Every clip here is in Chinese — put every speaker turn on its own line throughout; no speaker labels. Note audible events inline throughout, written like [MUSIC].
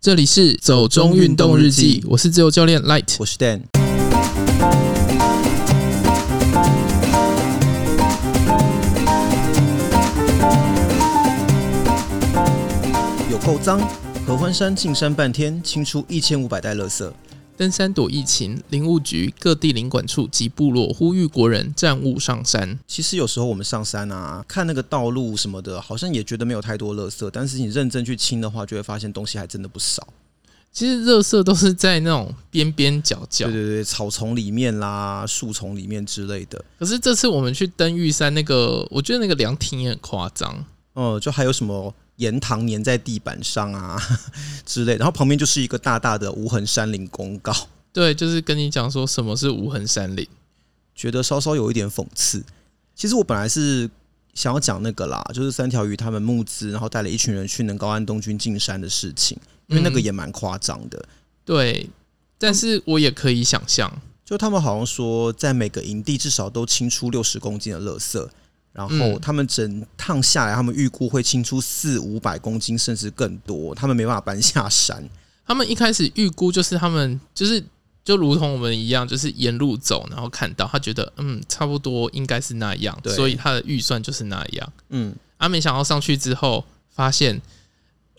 这里是走中运动日记，我是自由教练 Light。
我是 Dan。有够脏！合欢山进山半天，清出一千五百袋垃圾。
登山躲疫情，林务局各地领馆处及部落呼吁国人暂勿上山。
其实有时候我们上山啊，看那个道路什么的，好像也觉得没有太多垃圾，但是你认真去清的话，就会发现东西还真的不少。
其实热色都是在那种边边角角
对，对对，草丛里面啦，树丛里面之类的。
可是这次我们去登玉山那个，我觉得那个凉亭也很夸张。
嗯，就还有什么盐糖粘在地板上啊 [LAUGHS] 之类的，然后旁边就是一个大大的无痕山林公告，
对，就是跟你讲说什么是无痕山林。
觉得稍稍有一点讽刺。其实我本来是想要讲那个啦，就是三条鱼他们募资，然后带了一群人去能高安东军进山的事情，因为那个
嗯
也蛮夸张的。
对，但是我也可以想象，
就他们好像说，在每个营地至少都清出六十公斤的垃圾，然后
嗯
他们整趟下来，他们预估会清出四五百公斤甚至更多，他们没办法搬下山。
他们一开始预估就是他们就是就如同我们一样，就是沿路走，然后看到他觉得嗯差不多应该是那样，
对
所以他的预算就是那样。
嗯，
啊，没想到上去之后发现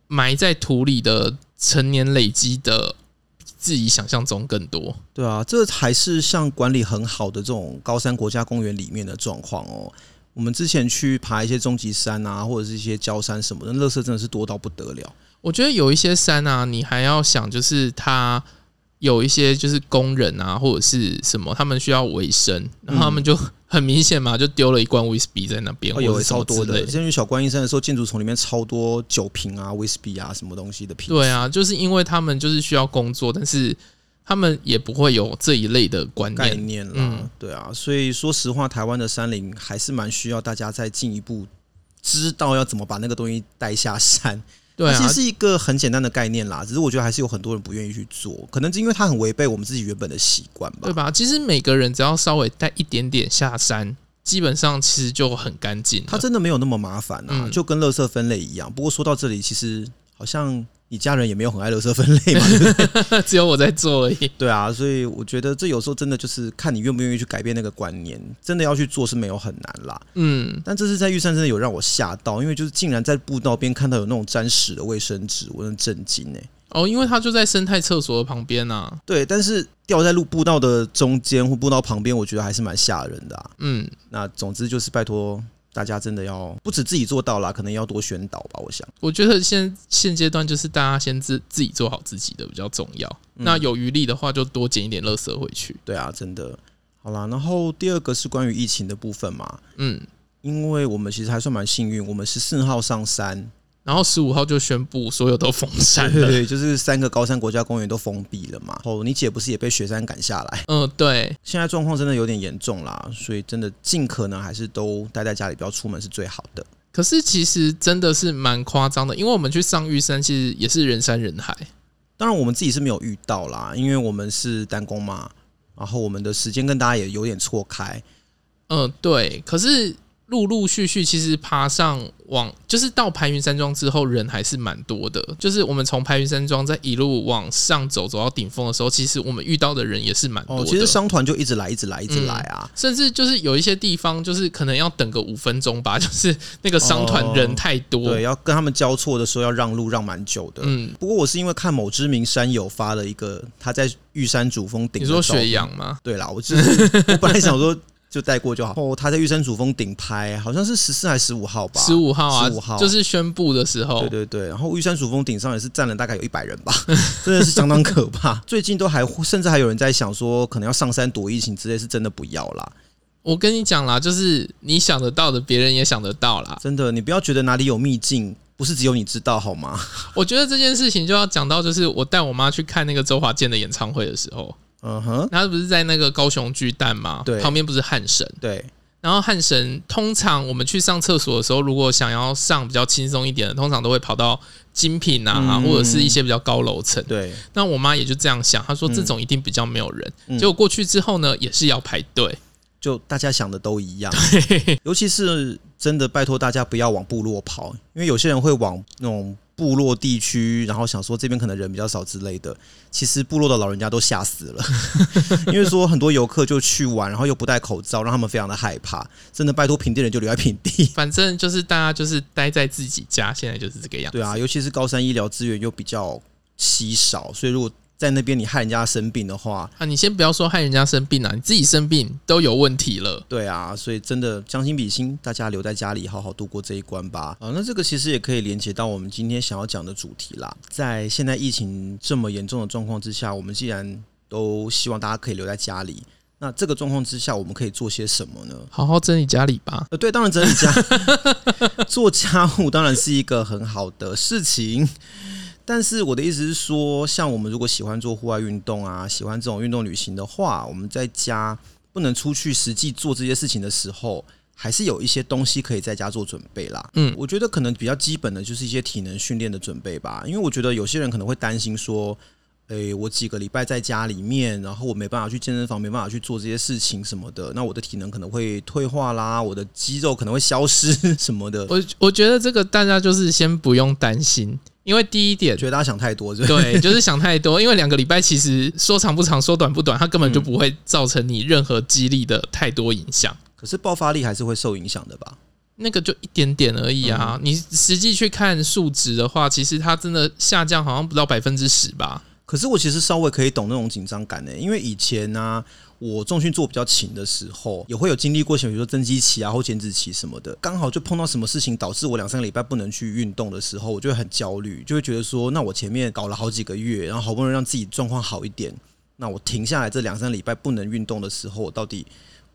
埋在土里的成年累积的比自己想象中更多。
对啊，这还是像管理很好的这种高山国家公园里面的状况哦。我们之前去爬一些终极山啊，或者是一些焦山什么的，垃圾真的是多到不得了。
我觉得有一些山啊，你还要想就是它。有一些就是工人啊，或者是什么，他们需要维生，然后他们就很明显嘛，就丢了一罐威士忌在那边，
哦，
或
有
者什
超
么
多
之类
的。之前去小观音山的时候，建筑丛里面超多酒瓶啊、威士忌啊什么东西的瓶。
对，啊，就是因为他们就是需要工作，但是他们也不会有这一类的观
概
念。
念啦，
嗯
对啊。所以说实话，台湾的山林还是蛮需要大家再进一步知道要怎么把那个东西带下山。
对
它
啊
其，实是一个很简单的概念啦，只是我觉得还是有很多人不愿意去做，可能是因为它很违背我们自己原本的习惯吧
对。吧？其实每个人只要稍微带一点点下山，基本上其实就很干净了。
它真的没有那么麻烦啊，
嗯
就跟垃圾分类一样。不过说到这里，其实好像你家人也没有很爱垃圾分类
[LAUGHS]
嘛，对不对
只有我在做而已。
对啊，所以我觉得这有时候真的就是看你愿不愿意去改变那个观念，真的要去做是没有很难啦。
嗯，
但这次在玉山真的有让我吓到，因为就是竟然在步道边看到有那种沾屎的卫生纸，我真的震惊哎、
哦，因为他就在生态厕所的旁边啊。
对，但是掉在路步道的中间或步道旁边，我觉得还是蛮吓人的啊。
嗯，
那总之就是拜托大家真的要不止自己做到啦，可能要多宣导吧。我想，
我觉得现现阶段就是大家先自自己做好自己的比较重要。
嗯
那有余力的话，就多捡一点垃圾回去。
对啊，真的好啦。然后第二个是关于疫情的部分嘛，
嗯，
因为我们其实还算蛮幸运，我们十四号上山，
然后十五号就宣布所有都封山
[LAUGHS] 对
了。
对，就是三个高山国家公园都封闭了嘛。哦，你姐不是也被雪山赶下来？
嗯，对，
现在状况真的有点严重啦，所以真的尽可能还是都待在家里，不要出门是最好的。
可是其实真的是蛮夸张的，因为我们去上玉山，其实也是人山人海。
当然，我们自己是没有遇到啦，因为我们是单工嘛，然后我们的时间跟大家也有点错开。
嗯，对。可是陆陆续续，其实爬上往就是到排云山庄之后，人还是蛮多的。就是我们从排云山庄再一路往上走，走到顶峰的时候，其实我们遇到的人也是蛮多的。嗯
哦，其实商团就一直来，一直来，一直来啊。
甚至就是有一些地方，就是可能要等个五分钟吧，就是那个商团人太多。
哦对，要跟他们交错的时候要让路，让蛮久的。
嗯，
不过我是因为看某知名山友发了一个他在玉山主峰顶，
你说雪？阳吗？
对啦，我就是我本来想说
[LAUGHS]
就带过就好。哦，他在玉山主峰顶拍，好像是十四还是十五号吧？
十五号啊，
15号
就是宣布的时候。
对对对，然后玉山主峰顶上也是站了大概有一百人吧， [LAUGHS] 真的是相当可怕。 [LAUGHS] 最近都还甚至还有人在想说，可能要上山躲疫情之类，是真的不要啦。
我跟你讲啦，就是你想得到的，别人也想得到啦。
真的，你不要觉得哪里有秘境，不是只有你知道好吗？
我觉得这件事情就要讲到，就是我带我妈去看那个周华健的演唱会的时候，
嗯哼，
她不是在那个高雄巨蛋吗？
对
旁边不是汉神，
对，
然后汉神通常我们去上厕所的时候，如果想要上比较轻松一点的，通常都会跑到精品啊，
嗯
或者是一些比较高楼层。
对，
那我妈也就这样想，她说这种一定比较没有人。
嗯
结果过去之后呢，也是要排队。
就大家想的都一样。 [LAUGHS] 尤其是真的，拜托大家不要往部落跑，因为有些人会往那种部落地区，然后想说这边可能人比较少之类的，其实部落的老人家都吓死了， [LAUGHS] 因为说很多游客就去玩，然后又不戴口罩，让他们非常的害怕。真的拜托平地人就留在平地。 [LAUGHS]
反正就是大家就是待在自己家，现在就是这个样子。
对啊，尤其是高山医疗资源又比较稀少，所以如果在那边你害人家生病的话，
啊，你先不要说害人家生病啊，你自己生病都有问题了。
对啊，所以真的将心比心，大家留在家里好好度过这一关吧。啊，那这个其实也可以连接到我们今天想要讲的主题啦。在现在疫情这么严重的状况之下，我们既然都希望大家可以留在家里，那这个状况之下，我们可以做些什么呢？
好好整理家里吧。
呃，对，当然整理家 [LAUGHS] 做家务当然是一个很好的事情，但是我的意思是说，像我们如果喜欢做户外运动啊，喜欢这种运动旅行的话，我们在家不能出去实际做这些事情的时候。还是有一些东西可以在家做准备啦。
嗯
我觉得可能比较基本的就是一些体能训练的准备吧，因为我觉得有些人可能会担心说，诶、我几个礼拜在家里面，然后我没办法去健身房，没办法去做这些事情什么的，那我的体能可能会退化啦，我的肌肉可能会消失什么的。
我我觉得这个大家就是先不用担心，因为第一
[LAUGHS]
点
觉得大家想太多，对
对，就是想太多，因为两个礼拜其实说长不长，说短不短，它根本就不会造成你任何激励的太多影响。
[LAUGHS] 可是爆发力还是会受影响的吧？
那个就一点点而已啊！你实际去看数值的话，其实它真的下降好像不到百分之十吧？
可是我其实稍微可以懂那种紧张感呢、因为以前呢、我重训做比较勤的时候，也会有经历过，像比如说增肌期啊或减脂期什么的，刚好就碰到什么事情导致我两三个礼拜不能去运动的时候，我就会很焦虑，就会觉得说，那我前面搞了好几个月，然后好不容易让自己状况好一点，那我停下来这两三个礼拜不能运动的时候，我到底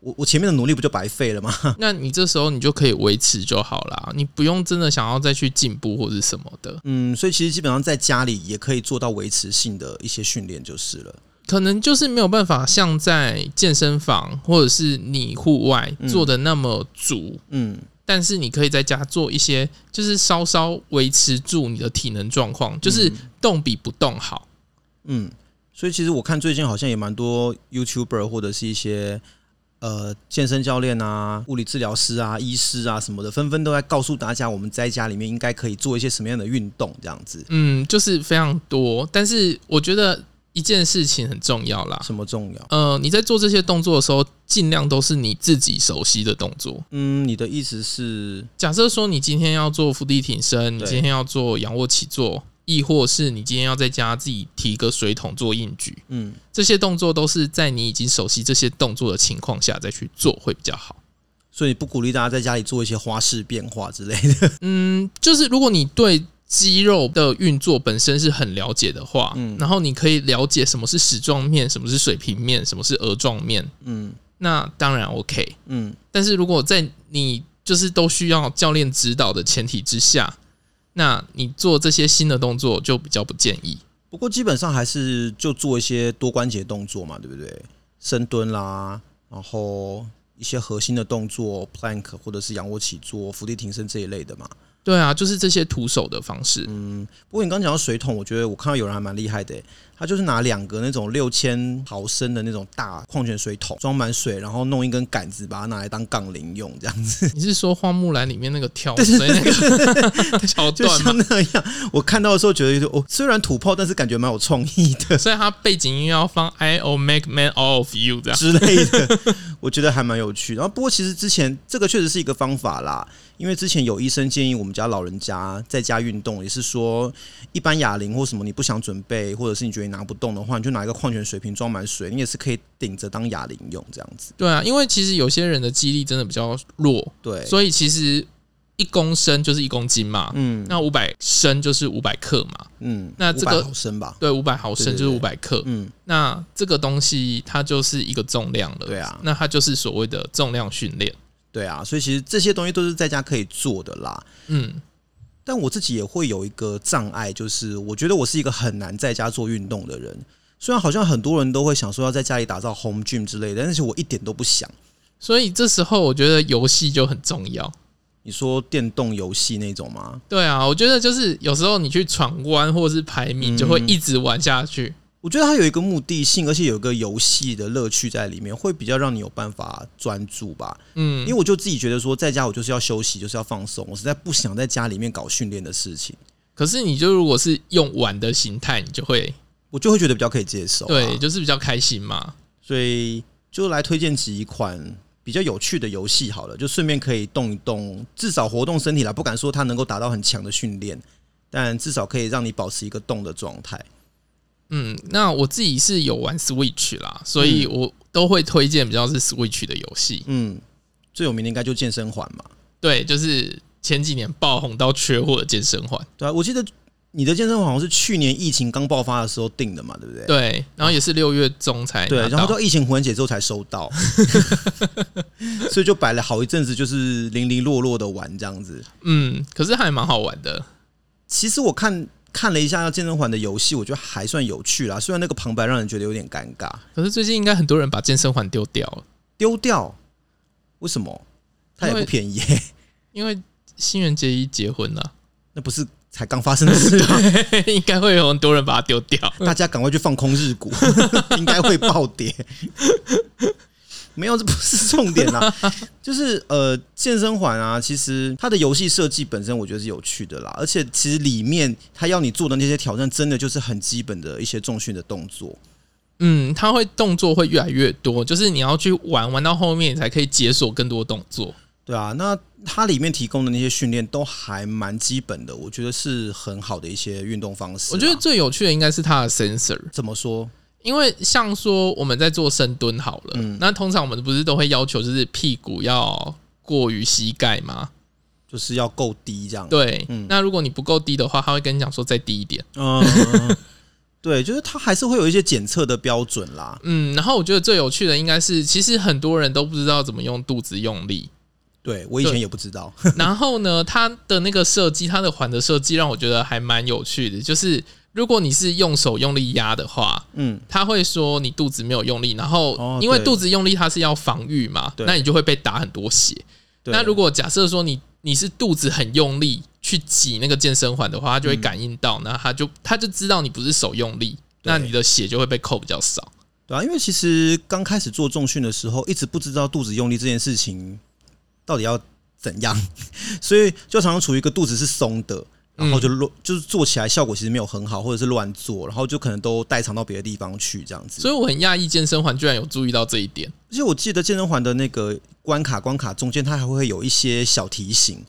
我我前面的努力不就白费了吗？ [LAUGHS]
那你这时候你就可以维持就好啦，你不用真的想要再去进步或是什么的。
嗯，所以其实基本上在家里也可以做到维持性的一些训练就是了。
可能就是没有办法像在健身房或者是你户外做的那么足，
嗯，
但是你可以在家做一些，就是稍稍维持住你的体能状况，就是动比不动好。
嗯，所以其实我看最近好像也蛮多 YouTuber 或者是一些呃健身教练啊、物理治疗师啊、医师啊什么的，纷纷都在告诉大家，我们在家里面应该可以做一些什么样的运动，这样子。
嗯，就是非常多，但是我觉得一件事情很重要啦。
什么重要？
呃，你在做这些动作的时候，尽量都是你自己熟悉的动作。
嗯，你的意思是，
假设说你今天要做伏地挺身，你
对
今天要做仰卧起坐，亦或是你今天要在家自己提个水桶做硬举，
嗯，
这些动作都是在你已经熟悉这些动作的情况下再去做会比较好。
所以你不鼓励大家在家里做一些花式变化之类的。 [LAUGHS]
嗯，就是如果你对肌肉的运作本身是很了解的话，然后你可以了解什么是矢状面，什么是水平面，什么是额状面，
嗯
那当然 OK。
嗯，
但是如果在你就是都需要教练指导的前提之下，那你做这些新的动作就比较不建议。
不过基本上还是就做一些多关节动作嘛，对不对？深蹲啦，然后一些核心的动作，plank 或者是仰卧起坐、伏地挺身这一类的嘛。
对啊，就是这些徒手的方式。
不过你刚讲到水桶，我觉得我看到有人还蛮厉害的欸，他就是拿两个那种六千毫升的那种大矿泉水桶，装满水，然后弄一根杆子，把它拿来当杠铃用，这样子
你是说《花木兰》里面那个跳水那个 [LAUGHS] 桥
[LAUGHS] 就
段吗？
像那样。我看到的时候觉得有点哦，虽然土炮，但是感觉蛮有创意的
所以它背景音乐要放 “I will make man all of you” 这样。
之类的，我觉得还蛮有趣。然后不过其实之前这个确实是一个方法啦，因为之前有医生建议我们家老人家在家运动，也是说一般哑铃或什么你不想准备，或者是你觉得你拿不动的话，你就拿一个矿泉水瓶装满水，你也是可以顶着当哑铃用这样子。
对啊，因为其实有些人的肌力真的比较弱，
对，
所以其实一公升就是一公斤嘛，
嗯
那五百升就是五百克嘛，
嗯，
那这个
500毫升吧，
对，五百毫升就是
对对
五百克。
嗯，
那这个东西它就是一个重量了，
对啊
那它就是所谓的重量训练。
对啊，所以其实这些东西都是在家可以做的啦。
嗯，
但我自己也会有一个障碍，就是我觉得我是一个很难在家做运动的人。虽然好像很多人都会想说要在家里打造 home gym 之类的，但是我一点都不想。
所以这时候我觉得游戏就很重要。
你说电动游戏那种吗？
对啊，我觉得就是有时候你去闯关或者是排名，就会一直玩下去。
我觉得它有一个目的性，而且有一个游戏的乐趣在里面，会比较让你有办法专注吧。
嗯，
因为我就自己觉得说，在家我就是要休息，就是要放松，我实在不想在家里面搞训练的事情。
可是你就如果是用玩的心态，你就会
我就会觉得比较可以接受、啊。
对，就是比较开心嘛。
所以就来推荐几款比较有趣的游戏好了，就顺便可以动一动，至少活动身体啦。不敢说它能够达到很强的训练，但至少可以让你保持一个动的状态。
嗯，那我自己是有玩 Switch 啦，所以我都会推荐比较是 Switch 的游戏。
嗯，最有名的应该就健身环嘛。
对，就是前几年爆红到缺货的健身环。
对啊，我记得你的健身环好像是去年疫情刚爆发的时候订的嘛，对不对？
对，然后也是六月中才
对，
拿
然后
到
到疫情缓解之后才收到， [LAUGHS] 所以就摆了好一阵子，就是零零落落的玩这样子。
嗯，可是还蛮好玩的。
其实我看看了一下健身环的游戏，我觉得还算有趣啦，虽然那个旁白让人觉得有点尴尬，
可是最近应该很多人把健身环丢掉了，
丢掉为什么？它也
因为
不便宜、 [LAUGHS]
因为新垣结衣结婚了， [LAUGHS]
那不是才刚发生的事吗？
应该会有很多人把它丢掉。
大家赶快去放空日股， [LAUGHS] 应该会暴跌。没有，这不是重点啦，就是呃，健身环啊，其实它的游戏设计本身我觉得是有趣的啦，而且其实里面它要你做的那些挑战，真的就是很基本的一些重训的动作。
嗯，它会动作会越来越多，就是你要去玩，玩到后面你才可以解锁更多动作。
对啊，那它里面提供的那些训练都还蛮基本的，我觉得是很好的一些运动方式啊。
我觉得最有趣的应该是它的 sensor，
怎么说？
因为像说我们在做深蹲好了，
嗯
那通常我们不是都会要求就是屁股要过于膝盖吗？
就是要够低这样。
对，
嗯
那如果你不够低的话，他会跟你讲说再低一点。
嗯， [LAUGHS] 对，就是它还是会有一些检测的标准啦。
嗯，然后我觉得最有趣的应该是，其实很多人都不知道怎么用肚子用力。
[LAUGHS] 对我以前也不知道。 [LAUGHS]
然后呢，它的那个设计，它的环的设计让我觉得还蛮有趣的，就是如果你是用手用力压的话。
嗯，
他会说你肚子没有用力，然后
哦
因为
对
肚子用力它是要防御嘛，
对
那你就会被打很多血。
对
那如果假设说你你是肚子很用力去挤那个健身环的话，它就会感应到，那它就它就知道你不是手用力，
嗯对
那你的血就会被扣比较少。
对啊，因为其实刚开始做重训的时候，一直不知道肚子用力这件事情到底要怎样， [LAUGHS] 所以就常常处于一个肚子是松的。然后就
嗯
乱，就是做起来效果其实没有很好，或者是乱做，然后就可能都代偿到别的地方去这样子。
所以我很讶异，健身环居然有注意到这一点。
而且我记得健身环的那个关卡，关卡中间它还会有一些小提醒，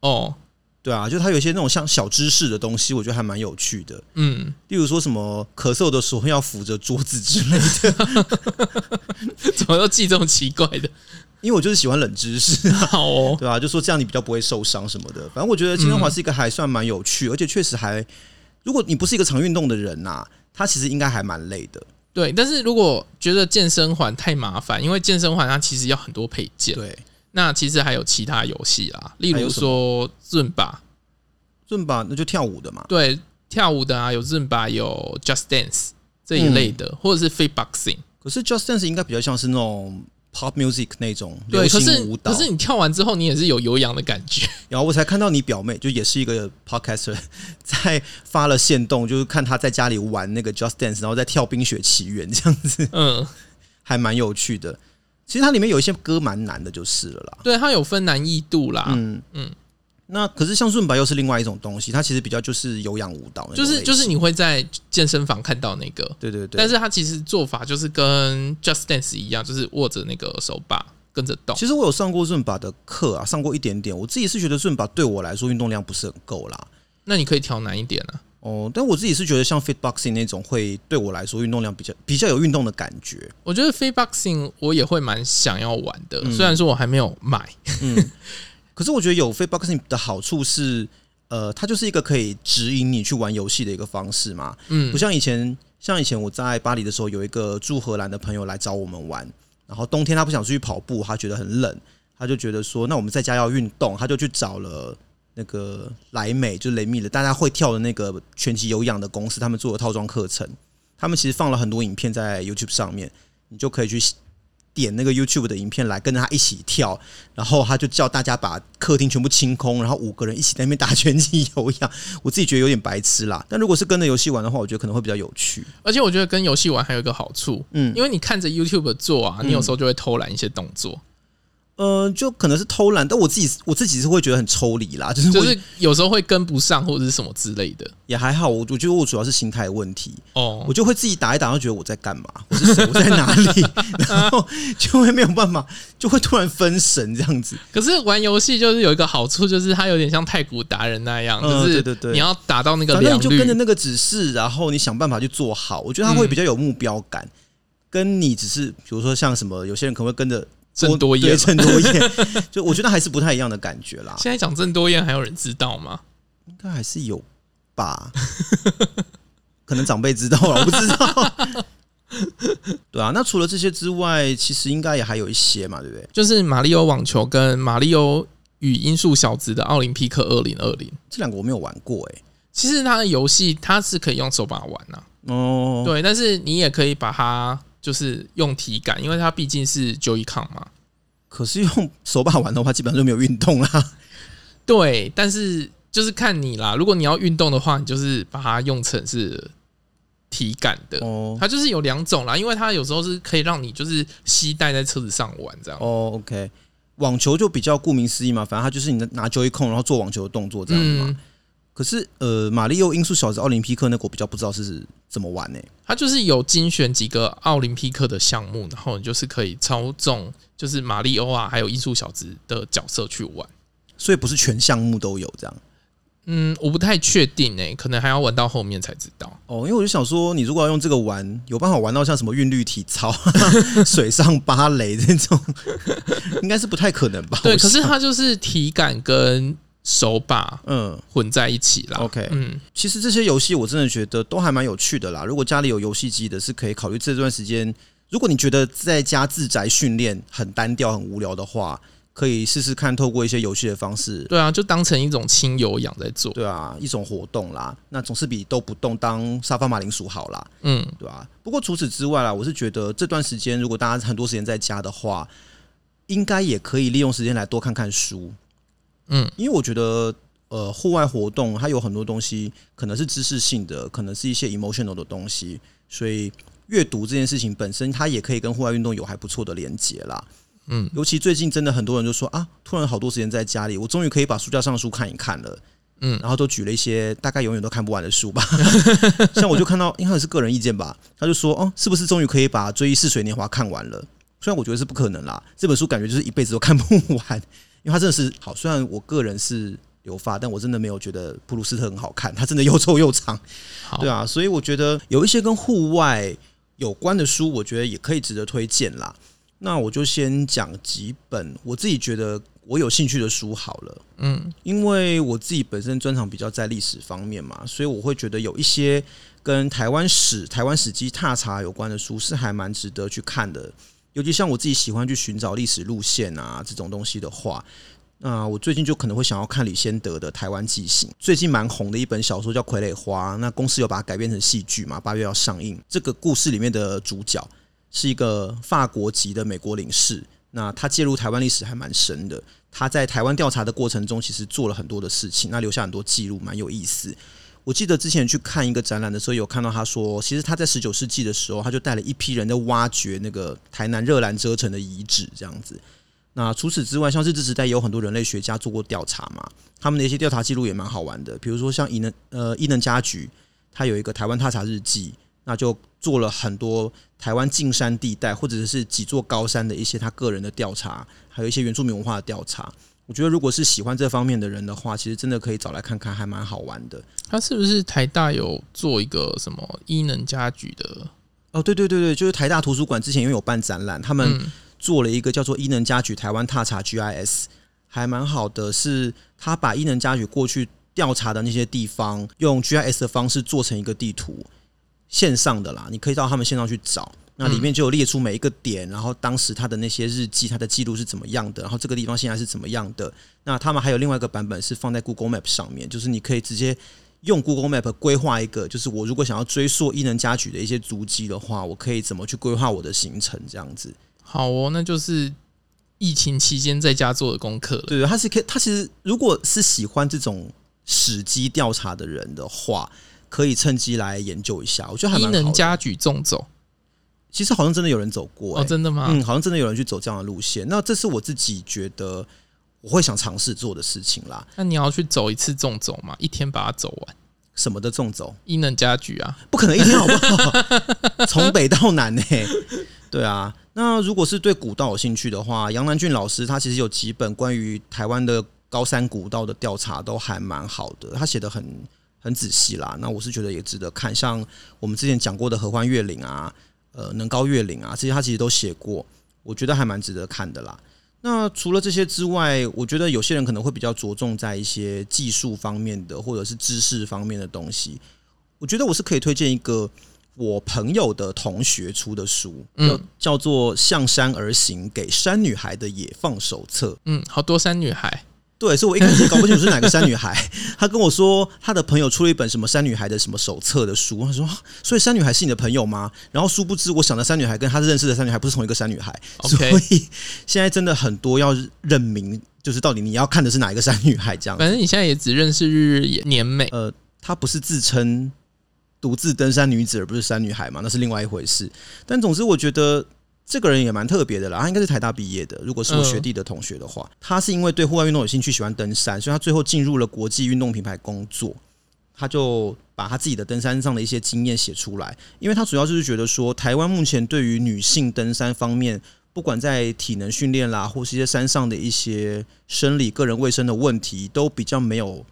哦，
对啊，就它有一些那种像小知识的东西，我觉得还蛮有趣的。
嗯， [LAUGHS]
例如说什么咳嗽的时候要扶着桌子之类的， [LAUGHS]
怎么都记这种奇怪的？
因为我就是喜欢冷知识，
好哦，
[LAUGHS] 对啊，就说这样你比较不会受伤什么的。反正我觉得
嗯
健身环是一个还算蛮有趣，而且确实还，如果你不是一个常运动的人呐、它其实应该还蛮累的。
对。但是如果觉得健身环太麻烦，因为健身环它其实要很多配件，
对，
那其实还有其他游戏啦，例
还
如
有什
说 Zumba，
顺吧，那就跳舞的嘛。
对，跳舞的啊，有 Zumba，有 Just Dance 这
嗯
一类的，或者是 Fit Boxing。
可是 Just Dance 应该比较像是那种 Pop Music 那种流
对，可是
行舞蹈
可。是你跳完之后，你也是有有氧的感觉。 [LAUGHS]
然后我才看到你表妹，就也是一个 podcaster，在 [LAUGHS] 发了线动，就是看她在家里玩那个 Just Dance，然后在跳《冰雪奇缘》这样子。
嗯，
还蛮有趣的。其实它里面有一些歌蛮难的，就是了啦。
对，它有分难易度啦，
嗯
嗯
嗯。那可是像润白又是另外一种东西，它其实比较就是有氧舞蹈那种
就
类型，
是就是你会在健身房看到那个，
对对对，
但
是
是它其实做法就是跟 Just Dance 一样，就是握着那个手把跟着动。
其实我有上过润把的课啊，上过一点点。我自己是觉得润把对我来说运动量不是很够啦。
那你可以调难一点啊。
哦，但我自己是觉得像 fit boxing 那种会对我来说运动量比较比较有运动的感觉。
我觉得 Fit Boxing 我也会蛮想要玩的，
嗯
虽然说我还没有买。
可是我觉得有 fit boxing 的好处是，呃，它就是一个可以指引你去玩游戏的一个方式嘛。
嗯
不，像以前，像以前我在巴黎的时候，有一个住荷兰的朋友来找我们玩，然后冬天他不想出去跑步，他觉得很冷，他就觉得说，那我们在家要运动，他就去找了那个莱美，就是雷米的，大家会跳的那个拳击有氧的公司，他们做的套装课程，他们其实放了很多影片在 YouTube 上面，你就可以去。点那个 YouTube 的影片来跟着他一起跳，然后他就叫大家把客厅全部清空，然后五个人一起在那边打拳击有氧，我自己觉得有点白痴啦。但 [LAUGHS] 如果是跟着游戏玩的话，我觉得可能会比较有趣。
而且我觉得跟游戏玩还有一个好处，
嗯 [LAUGHS]
因为你看着 YouTube 做啊，你有时候就会偷懒一些动作。
呃，就可能是偷懒，但我自己我自己是会觉得很抽离啦， [LAUGHS] 就是我
就是有时候会跟不上或者是什么之类的。
也还好，我我觉得我主要是心态问题，
哦
我，就会自己打一打，然后觉得我在干嘛，我是 [LAUGHS] 谁，我在哪里，然后就会没有办法，就会突然分神这 [LAUGHS] 样子。
可是玩游戏就是有一个好处，就是它有点像太古达人那样，就
嗯对对对
是你要达到那个
反正
良
你就跟
率。
着那个指示，然后你想办法去做好，我觉得他会比较有目标感。跟你只是比如说像什么，有些人可能会跟着
郑多
对
燕嘛，
郑多燕，
[LAUGHS]
就我觉得还是不太一样的感觉啦，
现在讲郑多燕还有人知道吗？
应该还是有
[LAUGHS]
吧。可能长辈知道了，我不知道。 [LAUGHS] 对啊，那除了这些之外，其实应该也还有一些嘛，对不对？
就是马里奥网球跟马里奥与音速小子的奥林匹克二零二零。
这两个我没有玩过、欸，
其实它的游戏它是可以用手把玩啊，
哦，
对，但是你也可以把它就是用体感，因为它毕竟是 Joy-Con 嘛。
可是用手把玩的话，基本上就没有运动啦。
对，但是就是看你啦。如果你要运动的话，你就是把它用成是体感的。
哦
它就是有两种啦，因为它有时候是可以让你就是携带在车子上玩这样。
哦，OK，网球就比较顾名思义嘛，反正它就是你拿 Joy 控，然后做网球的动作这样子嘛。
嗯，
可是呃，马里奥音速小子奥林匹克那个我比较不知道是怎么玩呢、欸
它就是有精选几个奥林匹克的项目，然后你就是可以操纵就是马里欧啊，还有音速小子的角色去玩。
所以不是全项目都有这样。
嗯，我不太确定诶、可能还要玩到后面才知道。
哦，因为我就想说，你如果要用这个玩，有办法玩到像什么韵律体操、 [LAUGHS] 水上芭蕾这种， [LAUGHS] 应该是不太可能吧？
对，
我
可是
想
它就是体感跟手把
嗯，
混在一起啦。
OK
嗯，
其实这些游戏我真的觉得都还蛮有趣的啦。如果家里有游戏机的，是可以考虑这段时间。如果你觉得在家自宅训练很单调、很无聊的话，可以试试看透过一些游戏的方式，
对啊，就当成一种轻有氧在做。
对啊，一种活动啦。那总是比都不动当沙发马铃薯好啦，
嗯，
对吧、不过除此之外啦，我是觉得这段时间如果大家很多时间在家的话，应该也可以利用时间来多看看书。
嗯，
因为我觉得呃，户外活动它有很多东西，可能是知识性的，可能是一些 emotional 的东西，所以阅读这件事情本身，它也可以跟户外运动有还不错的连接啦。
嗯，
尤其最近真的很多人就说啊，突然好多时间在家里，我终于可以把书架上的书看一看了。
嗯
然后都举了一些大概永远都看不完的书吧，像我就看到，应该是个人意见吧，他就说，哦，是不是终于可以把《追忆似水年华》看完了？虽然我觉得是不可能啦，这本书感觉就是一辈子都看不完，因为它真的是好。虽然我个人是留发，但我真的没有觉得布鲁斯特很好看，它真的又臭又长，
好，
对啊，所以我觉得有一些跟户外有关的书，我觉得也可以值得推荐啦。那我就先讲几本我自己觉得我有兴趣的书好了。
嗯
因为我自己本身专长比较在历史方面嘛，所以我会觉得有一些跟台湾史、台湾史迹踏查有关的书是还蛮值得去看的。尤其像我自己喜欢去寻找历史路线啊这种东西的话，那我最近就可能会想要看李先德的《台湾纪行》，最近蛮红的一本小说叫《傀儡花》，那公司有把它改编成戏剧嘛，八月要上映。这个故事里面的主角是一个法国籍的美国领事，那他介入台湾历史还蛮深的。他在台湾调查的过程中，其实做了很多的事情，那留下很多记录，蛮有意思。我记得之前去看一个展览的时候，有看到他说，其实他在十九世纪的时候，他就带了一批人在挖掘那个台南热兰遮城的遗址，这样子。那除此之外，像日治时代也有很多人类学家做过调查嘛，他们的一些调查记录也蛮好玩的。比如说像伊能呃伊能家局，他有一个台湾踏查日记，那就做了很多台湾近山地带或者是几座高山的一些他个人的调查，还有一些原住民文化的调查。我觉得如果是喜欢这方面的人的话，其实真的可以找来看看，还蛮好玩的。
他是不是台大有做一个什么伊能家居的？
哦，对对对对，就是台大图书馆之前因为有办展览，他们
嗯
做了一个叫做“伊能家举台湾踏查 GIS”，还蛮好的，是他把伊能家举过去调查的那些地方，用 GIS 的方式做成一个地图，线上的啦，你可以到他们线上去找。那里面就有列出每一个点，然后当时他的那些日记、他的记录是怎么样的，然后这个地方现在是怎么样的。那他们还有另外一个版本是放在 Google Map 上面，就是你可以直接用 Google Map 规划一个，就是我如果想要追溯伊能家举的一些足迹的话，我可以怎么去规划我的行程这样子。
好哦，那就是疫情期间在家做的功课了。
对，他是可以，他其实如果是喜欢这种史机调查的人的话，可以趁机来研究一下，我觉得还
伊
蛮好
能
的。
家居纵走，
其实好像真的有人走过、欸，
哦，真的吗？
嗯，好像真的有人去走这样的路线。那这是我自己觉得我会想尝试做的事情啦。
那你要去走一次纵走嘛，一天把它走完，
什么的纵走，
伊能家居啊，
不可能一天好不好？ [LAUGHS] 从北到南呢、对啊，那如果是对古道有兴趣的话，杨南俊老师他其实有几本关于台湾的高山古道的调查都还蛮好的，他写的很很仔细啦。那我是觉得也值得看，像我们之前讲过的合欢月岭啊，呃，能高月岭啊，这些他其实都写过，我觉得还蛮值得看的啦。那除了这些之外，我觉得有些人可能会比较着重在一些技术方面的或者是知识方面的东西。我觉得我是可以推荐一个我朋友的同学出的书，
嗯
叫叫做《向山而行：给山女孩的野放手册》。
嗯，好多山女
[LAUGHS]
孩，
对，所以我一开始也搞不清楚是哪个山女孩。 [LAUGHS] 他跟我说，他的朋友出了一本什么山女孩的什么手册的书。他说，啊所以山女孩是你的朋友吗？然后殊不知，我想的山女孩跟他认识的山女孩不是同一个山女孩。
OK
[LAUGHS] 所以现在真的很多要认明，就是到底你要看的是哪一个山女孩这样子。
反正你现在也只认识日日野年美，
呃，她不是自称独自登山女子，而不是山女孩嘛，那是另外一回事。但总之，我觉得这个人也蛮特别的啦，他应该是台大毕业的。如果是我学弟的同学的话，他是因为对户外运动有兴趣，喜欢登山，所以他最后进入了国际运动品牌工作。他就把他自己的登山上的一些经验写出来，因为他主要就是觉得说，台湾目前对于女性登山方面，不管在体能训练啦，或是一些山上的一些生理、个人卫生的问题，都比较没有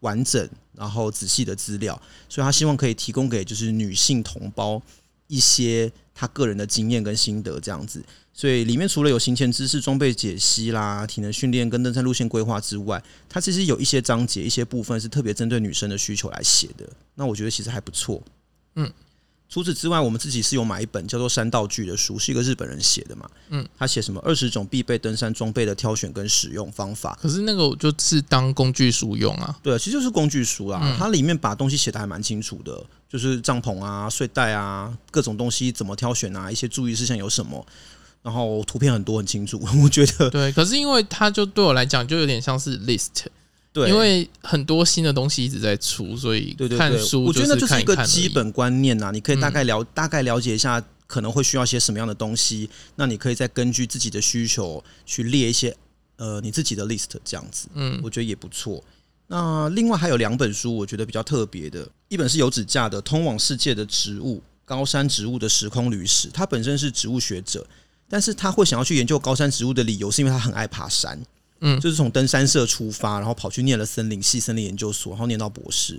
完整，然后仔细的资料，所以他希望可以提供给就是女性同胞一些他个人的经验跟心得这样子。所以里面除了有行前知识、装备解析啦、体能训练跟登山路线规划之外，它其实有一些章节、一些部分是特别针对女生的需求来写的。那我觉得其实还不错。
嗯，
除此之外，我们自己是有买一本叫做《山道具》的书，是一个日本人写的嘛。
嗯，
他写什么二十种必备登山装备的挑选跟使用方法，
可是那个我就是当工具书用啊。
对，其实就是工具书啦，
嗯
它里面把东西写的还蛮清楚的，就是帐篷啊、睡袋啊、各种东西怎么挑选啊，一些注意事项有什么，然后图片很多很清楚， [LAUGHS] 我觉得
对，可是因为它就对我来讲就有点像是 list，
对，
因为很多新的东西一直在出，所以
对对
看
对，
书
我觉得那
是
就是
看
一
一
个
看而
基
已。
本观念啊呐、你可以大概了、大概了解一下可能会需要些什么样的东西，
嗯
那你可以再根据自己的需求去列一些呃你自己的 list 这样子，
嗯
我觉得也不错。那另外还有两本书，我觉得比较特别的，一本是有指架的《通往世界的植物：高山植物的时空旅史》，他本身是植物学者，但是他会想要去研究高山植物的理由，是因为他很爱爬山。
嗯
就是从登山社出发，然后跑去念了森林系森林研究所，然后念到博士，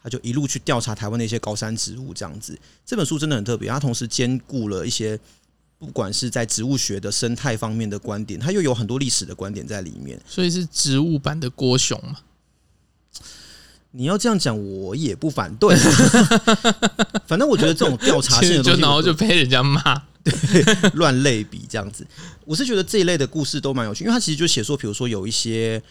他就一路去调查台湾的一些高山植物，这样子。这本书真的很特别，它同时兼顾了一些不管是在植物学的生态方面的观点，它又有很多历史的观点在里面。
所以是植物版的郭雄嘛？
你要这样讲，我也不反对。 [LAUGHS] 反正我觉得这种调查
其
性
实
的
[LAUGHS] 就
东西，
然后就被人家骂。
乱类比这样子。我是觉得这一类的故事都蛮有趣，因为它其实就写说，比如说有一些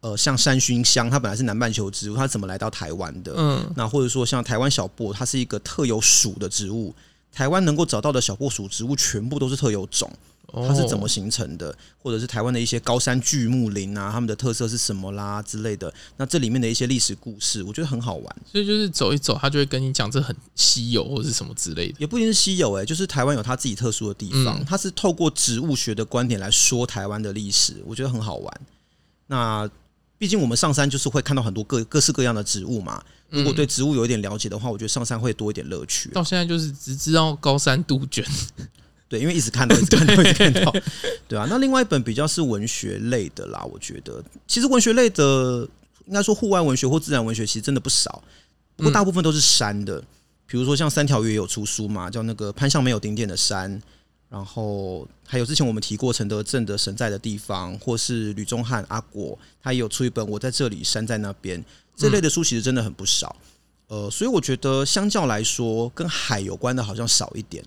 呃，像山熏香，它本来是南半球植物，它怎么来到台湾的？
嗯，
那或者说像台湾小檗，它是一个特有属的植物。台湾能够找到的小檗属植物全部都是特有种，
哦
它是怎么形成的？或者是台湾的一些高山巨木林啊，它们的特色是什么啦之类的。那这里面的一些历史故事，我觉得很好玩。
所以就是走一走，他就会跟你讲这很稀有或是什么之类的。
也不一定是稀有诶、就是台湾有它自己特殊的地方，
嗯
它是透过植物学的观点来说台湾的历史，我觉得很好玩。那毕竟我们上山就是会看到很多各各式各样的植物嘛，如果
嗯
对植物有一点了解的话，我觉得上山会多一点乐趣。
到现在就是只知道高山杜鹃， [LAUGHS]
对，因为一直看到，一直看到，一直看到， [LAUGHS] 对啊。那另外一本比较是文学类的啦，我觉得其实文学类的，应该说户外文学或自然文学，其实真的不少，不过大部分都是山的。比如说像三条鱼也有出书嘛，叫那个攀向没有顶点的山，然后还有之前我们提过承德镇的神在的地方，或是吕宗翰阿果，他也有出一本《我在这里，山在那边》这类的书，其实真的很不少。呃，所以我觉得相较来说，跟海有关的好像少一点。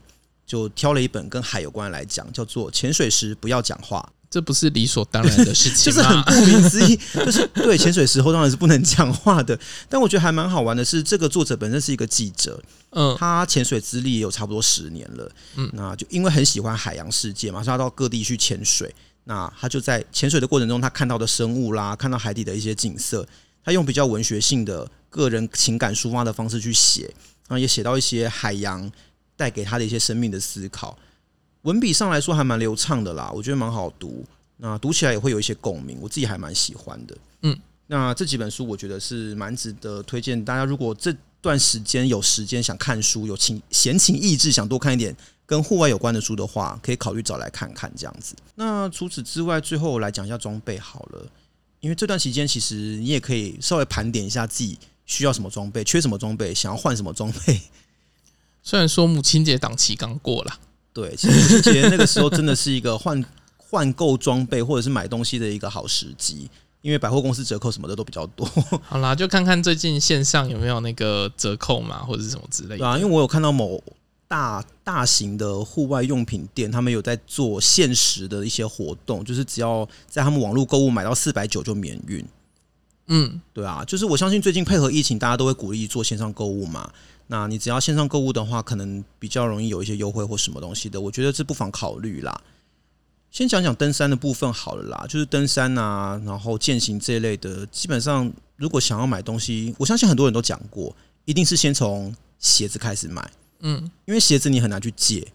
就挑了一本跟海有关的来讲，叫做《潜水时不要讲话
这不是理所当然的事》，
就
情啊
[LAUGHS] 是啊很
吗？
不明之意，就是对潜水时候当然是不能讲话的。但我觉得还蛮好玩的是，这个作者本身是一个记者，
[LAUGHS] 嗯，
他潜水资历也有差不多十年了。嗯，那就因为很喜欢海洋世界嘛，所以他到各地去潜水。那他就在潜水的过程中，他看到的生物啦，看到海底的一些景色，他用比较文学性的个人情感抒发的方式去写，然后也写到一些海洋带给他的一些生命的思考。文笔上来说还蛮流畅的啦，我觉得蛮好读，那读起来也会有一些共鸣，我自己还蛮喜欢的。
嗯，
那这几本书我觉得是蛮值得推荐大家，如果这段时间有时间想看书，有情闲情逸致想多看一点跟户外有关的书的话，可以考虑找来看看这样子。那除此之外，最后我来讲一下装备好了，因为这段期间其实你也可以稍微盘点一下自己需要什么装备，缺什么装备，想要换什么装备。
虽然说母亲节档期刚过了，
[LAUGHS] 对，其实母亲节那个时候真的是一个换换购装备或者是买东西的一个好时机，因为百货公司折扣什么的都比较多，
好啦，就看看最近线上有没有那个折扣嘛，或者是什么之类
对
的。
啊，因为我有看到某大大型的户外用品店，他们有在做限时的一些活动，就是只要在他们网络购物买到四百九就免运。
嗯，
对啊，就是我相信最近配合疫情，大家都会鼓励做线上购物嘛。那你只要线上购物的话，可能比较容易有一些优惠或什么东西的，我觉得这不妨考虑啦。先讲讲登山的部分好了啦，就是登山啊，然后践行这一类的，基本上如果想要买东西，我相信很多人都讲过，一定是先从鞋子开始买。
嗯，
因为鞋子你很难去借，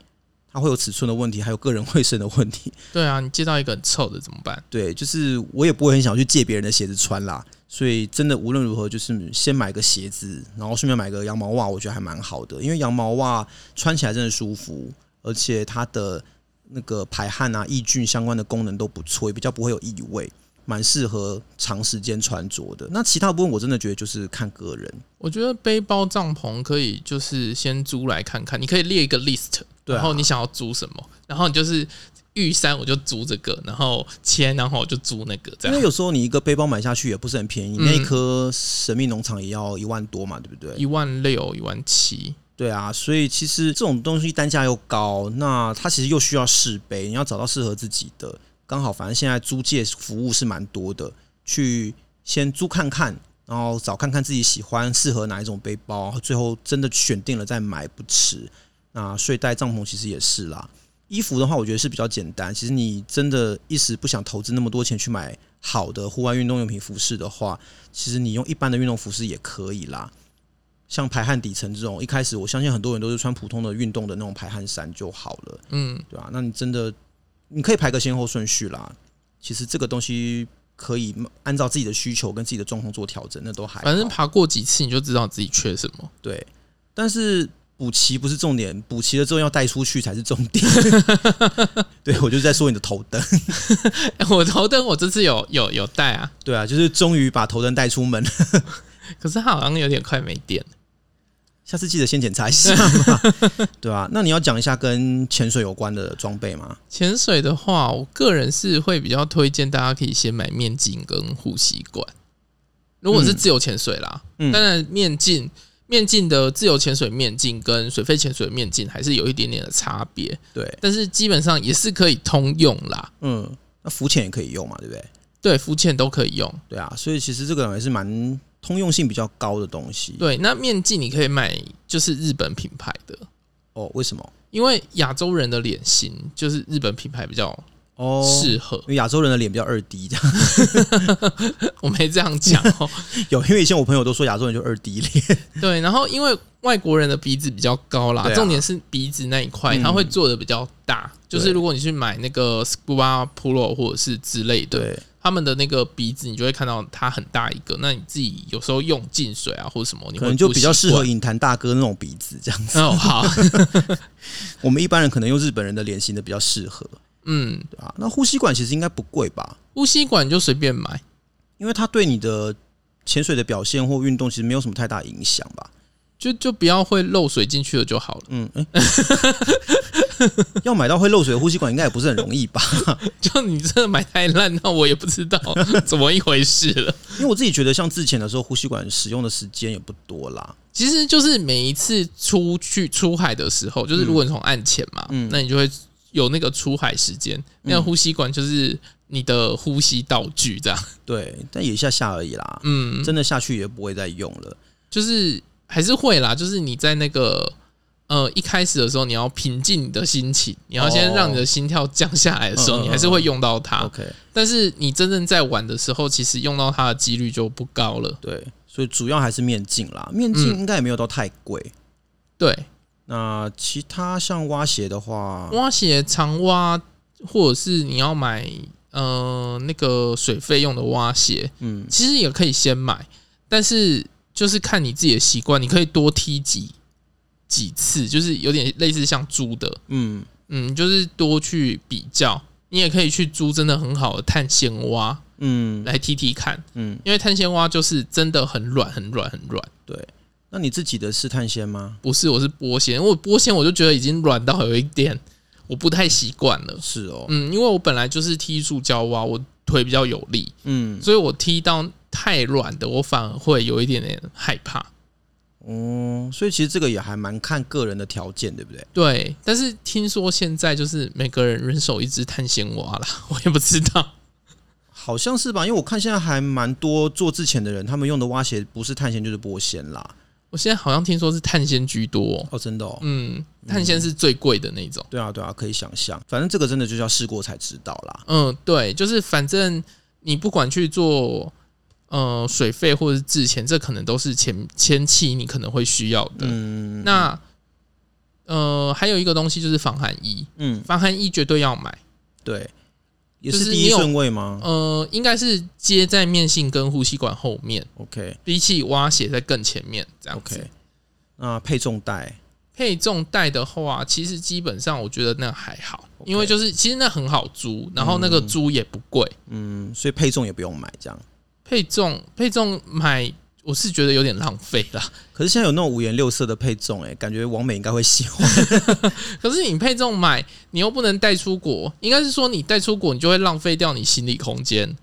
它会有尺寸的问题，还有个人 [LAUGHS] 卫生的问题。
对啊，你接到一个很臭的怎么办？
对，就是我也不会很想去借别人的鞋子穿啦。所以真的无论如何，就是先买个鞋子，然后顺便买个羊毛袜，我觉得还蛮好的，因为羊毛袜穿起来真的舒服，而且它的那个排汗啊、抑菌相关的功能都不错，也比较不会有异味，蛮适合长时间穿着的。那其他部分我真的觉得就是看个人，
我觉得背包、帐篷可以就是先租来看看，你可以列一个 list，
对啊
然后你想要租什么，然后你就是玉山我就租这个，然后千然后我就租那个，这
因为
样
有时候你一个背包买下去也不是很便宜，
嗯
那一颗神秘农场也要一万多嘛，对不对？
一万六、一万七，
对啊，所以其实这种东西单价又高，那它其实又需要试背，你要找到适合自己的。刚好，反正现在租借服务是蛮多的，去先租看看，然后找看看自己喜欢适合哪一种背包，最后真的选定了再买不迟。那睡袋、帐篷其实也是啦。衣服的话，我觉得是比较简单。其实你真的一时不想投资那么多钱去买好的户外运动用品服饰的话，其实你用一般的运动服饰也可以啦。像排汗底层这种，一开始我相信很多人都是穿普通的运动的那种排汗衫就好了，
嗯，
对吧、啊那你真的你可以排个先后顺序啦。其实这个东西可以按照自己的需求跟自己的状况做调整，那都还好
反正爬过几次你就知道自己缺什么。 [LAUGHS]
对。但是补齐不是重点，补齐了之后要带出去才是重点。 [LAUGHS] 对我就在说你的头灯，
哎我头灯我这次有有有带啊，
对啊，就是终于把头灯带出门了，
可是它好像有点快没电了。
下次记得先检查一下嘛， [LAUGHS] 对吧、那你要讲一下跟潜水有关的装备吗？
潜水的话，我个人是会比较推荐大家可以先买面镜跟呼吸管。如果是自由潜水啦，
嗯
当然面镜、面镜的自由潜水面镜跟水肺潜水面镜还是有一点点的差别，
对，
但是基本上也是可以通用啦。
嗯，那浮潜也可以用嘛，对不对？
对，浮潜都可以用。
对啊，所以其实这个还是蛮通用性比较高的东西。
对，那面镜你可以买就是日本品牌的，
哦，为什么？
因为亚洲人的脸型就是日本品牌比较
哦，
适合。
因为亚洲人的脸比较二 D 这样。 [LAUGHS]
我没这样讲哦。
有，因为以前我朋友都说亚洲人就二 D 脸。
对，然后因为外国人的鼻子比较高啦，
对啊
重点是鼻子那一块，
嗯
它会做的比较大。就是
对
如果你去买那个 Scuba Pro 或者是之类的，
[LAUGHS] 对，
他们的那个鼻子，你就会看到它很大一个。那你自己有时候用进水啊或者什么，你
可
会
能就
不
比较
习
适合
惯。
影坛大哥那种鼻子这样子。
哦，好，
我们一般人可能用日本人的脸型的比较适合，
嗯，
对啊。那呼吸管其实应该不贵吧？
呼吸管就随便买。
因为它对你的潜水的表现或运动其实没有什么太大影响吧？ [LAUGHS]
就就不要会漏水进去了就好了。
嗯，诶要买到会漏水的呼吸管应该也不是很容易吧？ [LAUGHS]
[LAUGHS] 就你真的买太烂，那我也不知道 [LAUGHS] 怎么一回事了。
因为我自己觉得，像之前的时候，呼吸管使用的时间也不多啦。
其实就是每一次出去出海的时候，就是如果你从岸前嘛，
嗯
那你就会有那个出海时间，那个呼吸管就是你的呼吸道具，这样，
对，但也一下下而已啦。
嗯，
真的下去也不会再用了。
就是还是会啦，就是你在那个。呃，一开始的时候你要平静你的心情，你要先
哦
让你的心跳降下来的时候，
嗯嗯
你还是会用到它。
OK，
但是你真正在玩的时候，其实用到它的几率就不高了。
对，所以主要还是面镜啦。面镜应该也没有到太贵。
对，
那其他像蛙鞋的话，
挖鞋长挖，或者是你要买呃那个水费用的挖鞋，
嗯，
其实也可以先买，但是就是看你自己的习惯，你可以多踢几几次，就是有点类似像租的，
嗯，
嗯，就是多去比较。你也可以去租真的很好的碳纤蛙
嗯
来踢踢看，
嗯，
因为碳纤蛙就是真的很软、很软、很软。
对。那你自己的是碳纤吗？
不是，我是波纤，因为我波纤我就觉得已经软到有一点我不太习惯了。
是哦，
嗯，因为我本来就是踢塑胶蛙，我腿比较有力，
嗯，
所以我踢到太软的，我反而会有一点点害怕。
哦，所以其实这个也还蛮看个人的条件，对不对？
对，但是听说现在就是每个人人手一只碳纤蛙啦， [LAUGHS] 我也不知道。
好像是吧，因为我看现在还蛮多做之前的人，他们用的蛙鞋不是碳纤就是玻纤啦。
我现在好像听说是碳纤居多、
哦，真的哦。
嗯，碳纤是最贵的那种。
对啊，对啊，可以想象，反正这个真的就是要试过才知道啦。
嗯，对，就是反正你不管去做呃水费或者是制钱，这可能都是前前期你可能会需要的。
嗯，
那呃，还有一个东西就是防寒衣，
嗯，
防寒衣绝对要买。
对，也
就是是
第
你
一
有
顺位吗、
呃，应该是接在面性跟呼吸管后面，
o k
比起蛙鞋在更前面这样子。
OK，那配重带，
配重带的话，其实基本上我觉得那还好
OK
因为就是其实那很好租，然后那个租也不贵。
嗯，所以配重也不用买这样。
配重配重买，我是觉得有点浪费啦。 [LAUGHS]
可是现在有那种五颜六色的配重、欸，哎，感觉王美应该会喜欢。
可是你配重买，你又不能带出国，应该是说你带出国，你就会浪费掉你行李空间。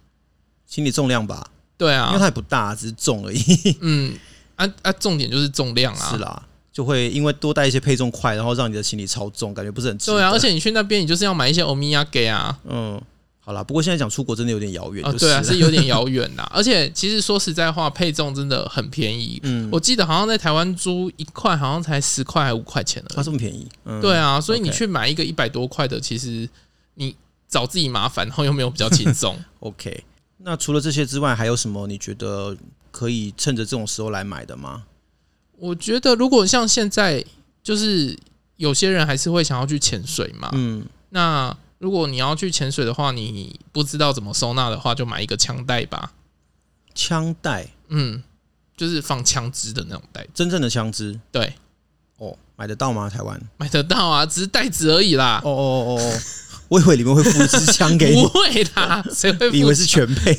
心理重量吧，
对
因为
啊，
它也不大，只是重而已。
嗯，啊啊，重点就是重量啊，
是啦，就会因为多带一些配重块，然后让你的行李超重，感觉不是很值得。
对啊，而且你去那边，你就是要买一些欧米亚给啊，
嗯，好啦，不过现在讲出国真的有点遥远，
啊，
就是
对啊，
了
是有点遥远啦。而且其实说实在话，配重真的很便宜，
嗯，
我记得好像在台湾租一块，好像才十块还五块钱
它
了。
这么便宜，嗯，
对，啊，所以你
OK
去买一个一百多块的，其实你找自己麻烦，然后又没有比较轻
[LAUGHS]
松。
OK，那除了这些之外，还有什么你觉得可以趁着这种时候来买的吗？
我觉得如果像现在，就是有些人还是会想要去潜水嘛。
嗯，
那如果你要去潜水的话，你不知道怎么收纳的话，就买一个枪袋吧。
枪带，
嗯，就是放枪支的那种袋子。
真正的枪支
对，
哦，买得到吗？台湾？
买得到啊，只是袋子而已啦，
哦哦哦哦， [LAUGHS] 我以为里面会附一支枪给
[LAUGHS] 不
你，
会啦，谁会
你以
付
为是全配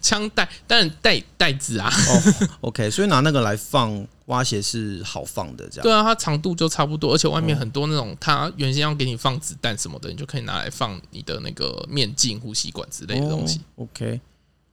枪袋？但袋袋子啊，
哦？OK，所以拿那个来放蛙鞋是好放的，这样
对啊，它长度就差不多，而且外面很多那种，它原先要给你放子弹什么的，你就可以拿来放你的那个面镜、呼吸管之类的东西。
哦 OK，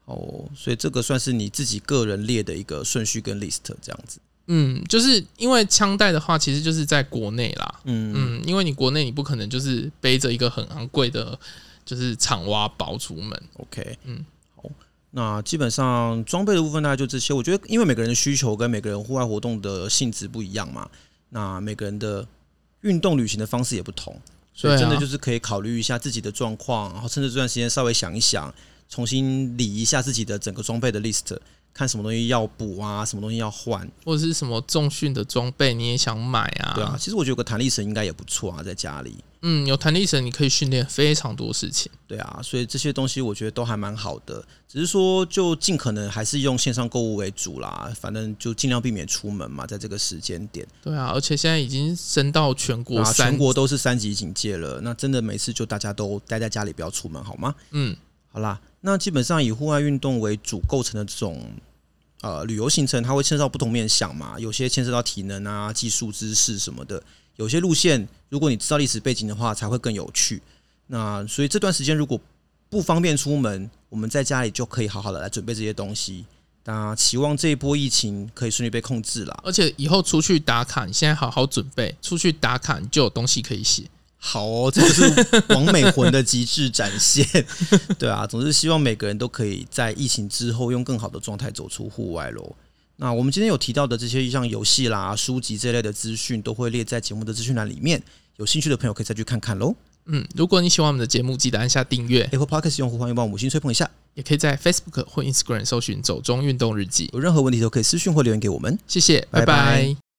哦，所以这个算是你自己个人列的一个顺序跟 list 这样子。
嗯，就是因为枪带的话，其实就是在国内啦。
嗯，
嗯，因为你国内你不可能就是背着一个很昂贵的，就是厂挖包出门。
OK，
嗯
嗯，好，那基本上装备的部分大概就这些。我觉得，因为每个人的需求跟每个人户外活动的性质不一样嘛，那每个人的运动旅行的方式也不同，所
对
以
啊
真的就是可以考虑一下自己的状况，然后趁着这段时间稍微想一想，重新理一下自己的整个装备的 list，看什么东西要补啊，什么东西要换。
或者是什么重训的装备，你也想买啊？
对啊，，其实我觉得有个弹力绳应该也不错啊，在家里。
嗯，有弹力绳，你可以训练非常多事情。
对啊，所以这些东西我觉得都还蛮好的，只是说就尽可能还是用线上购物为主啦，反正就尽量避免出门嘛，在这个时间点，
对啊，而且现在已经升到全国
啊，
三，
全国都是三级警戒了，那真的每次就大家都待在家里，不要出门好吗？
嗯，
好啦，那基本上以户外运动为主构成的这种呃旅游行程，它会牵涉到不同面向嘛，有些牵涉到体能啊、技术知识什么的，有些路线如果你知道历史背景的话，才会更有趣。那所以这段时间如果不方便出门，我们在家里就可以好好的来准备这些东西。那期望这一波疫情可以顺利被控制啦。
而且以后出去打卡，你现在好好准备，出去打卡你就有东西可以写。
好哦，这就是王美魂的极致展现。 [LAUGHS] 对啊，总之希望每个人都可以在疫情之后用更好的状态走出户外喽。那我们今天有提到的这些像游戏啦、书籍这类的资讯，都会列在节目的资讯栏里面。有兴趣的朋友可以再去看看喽。
嗯，如果你喜欢我们的节目，记得按下订阅，
Apple Podcast 用户欢迎帮我们五星吹捧一下，
也可以在 Facebook 或 Instagram 搜寻“走中运动日记
有任何问题都可以私讯或留言给我们。”。
谢谢，拜
拜
拜
拜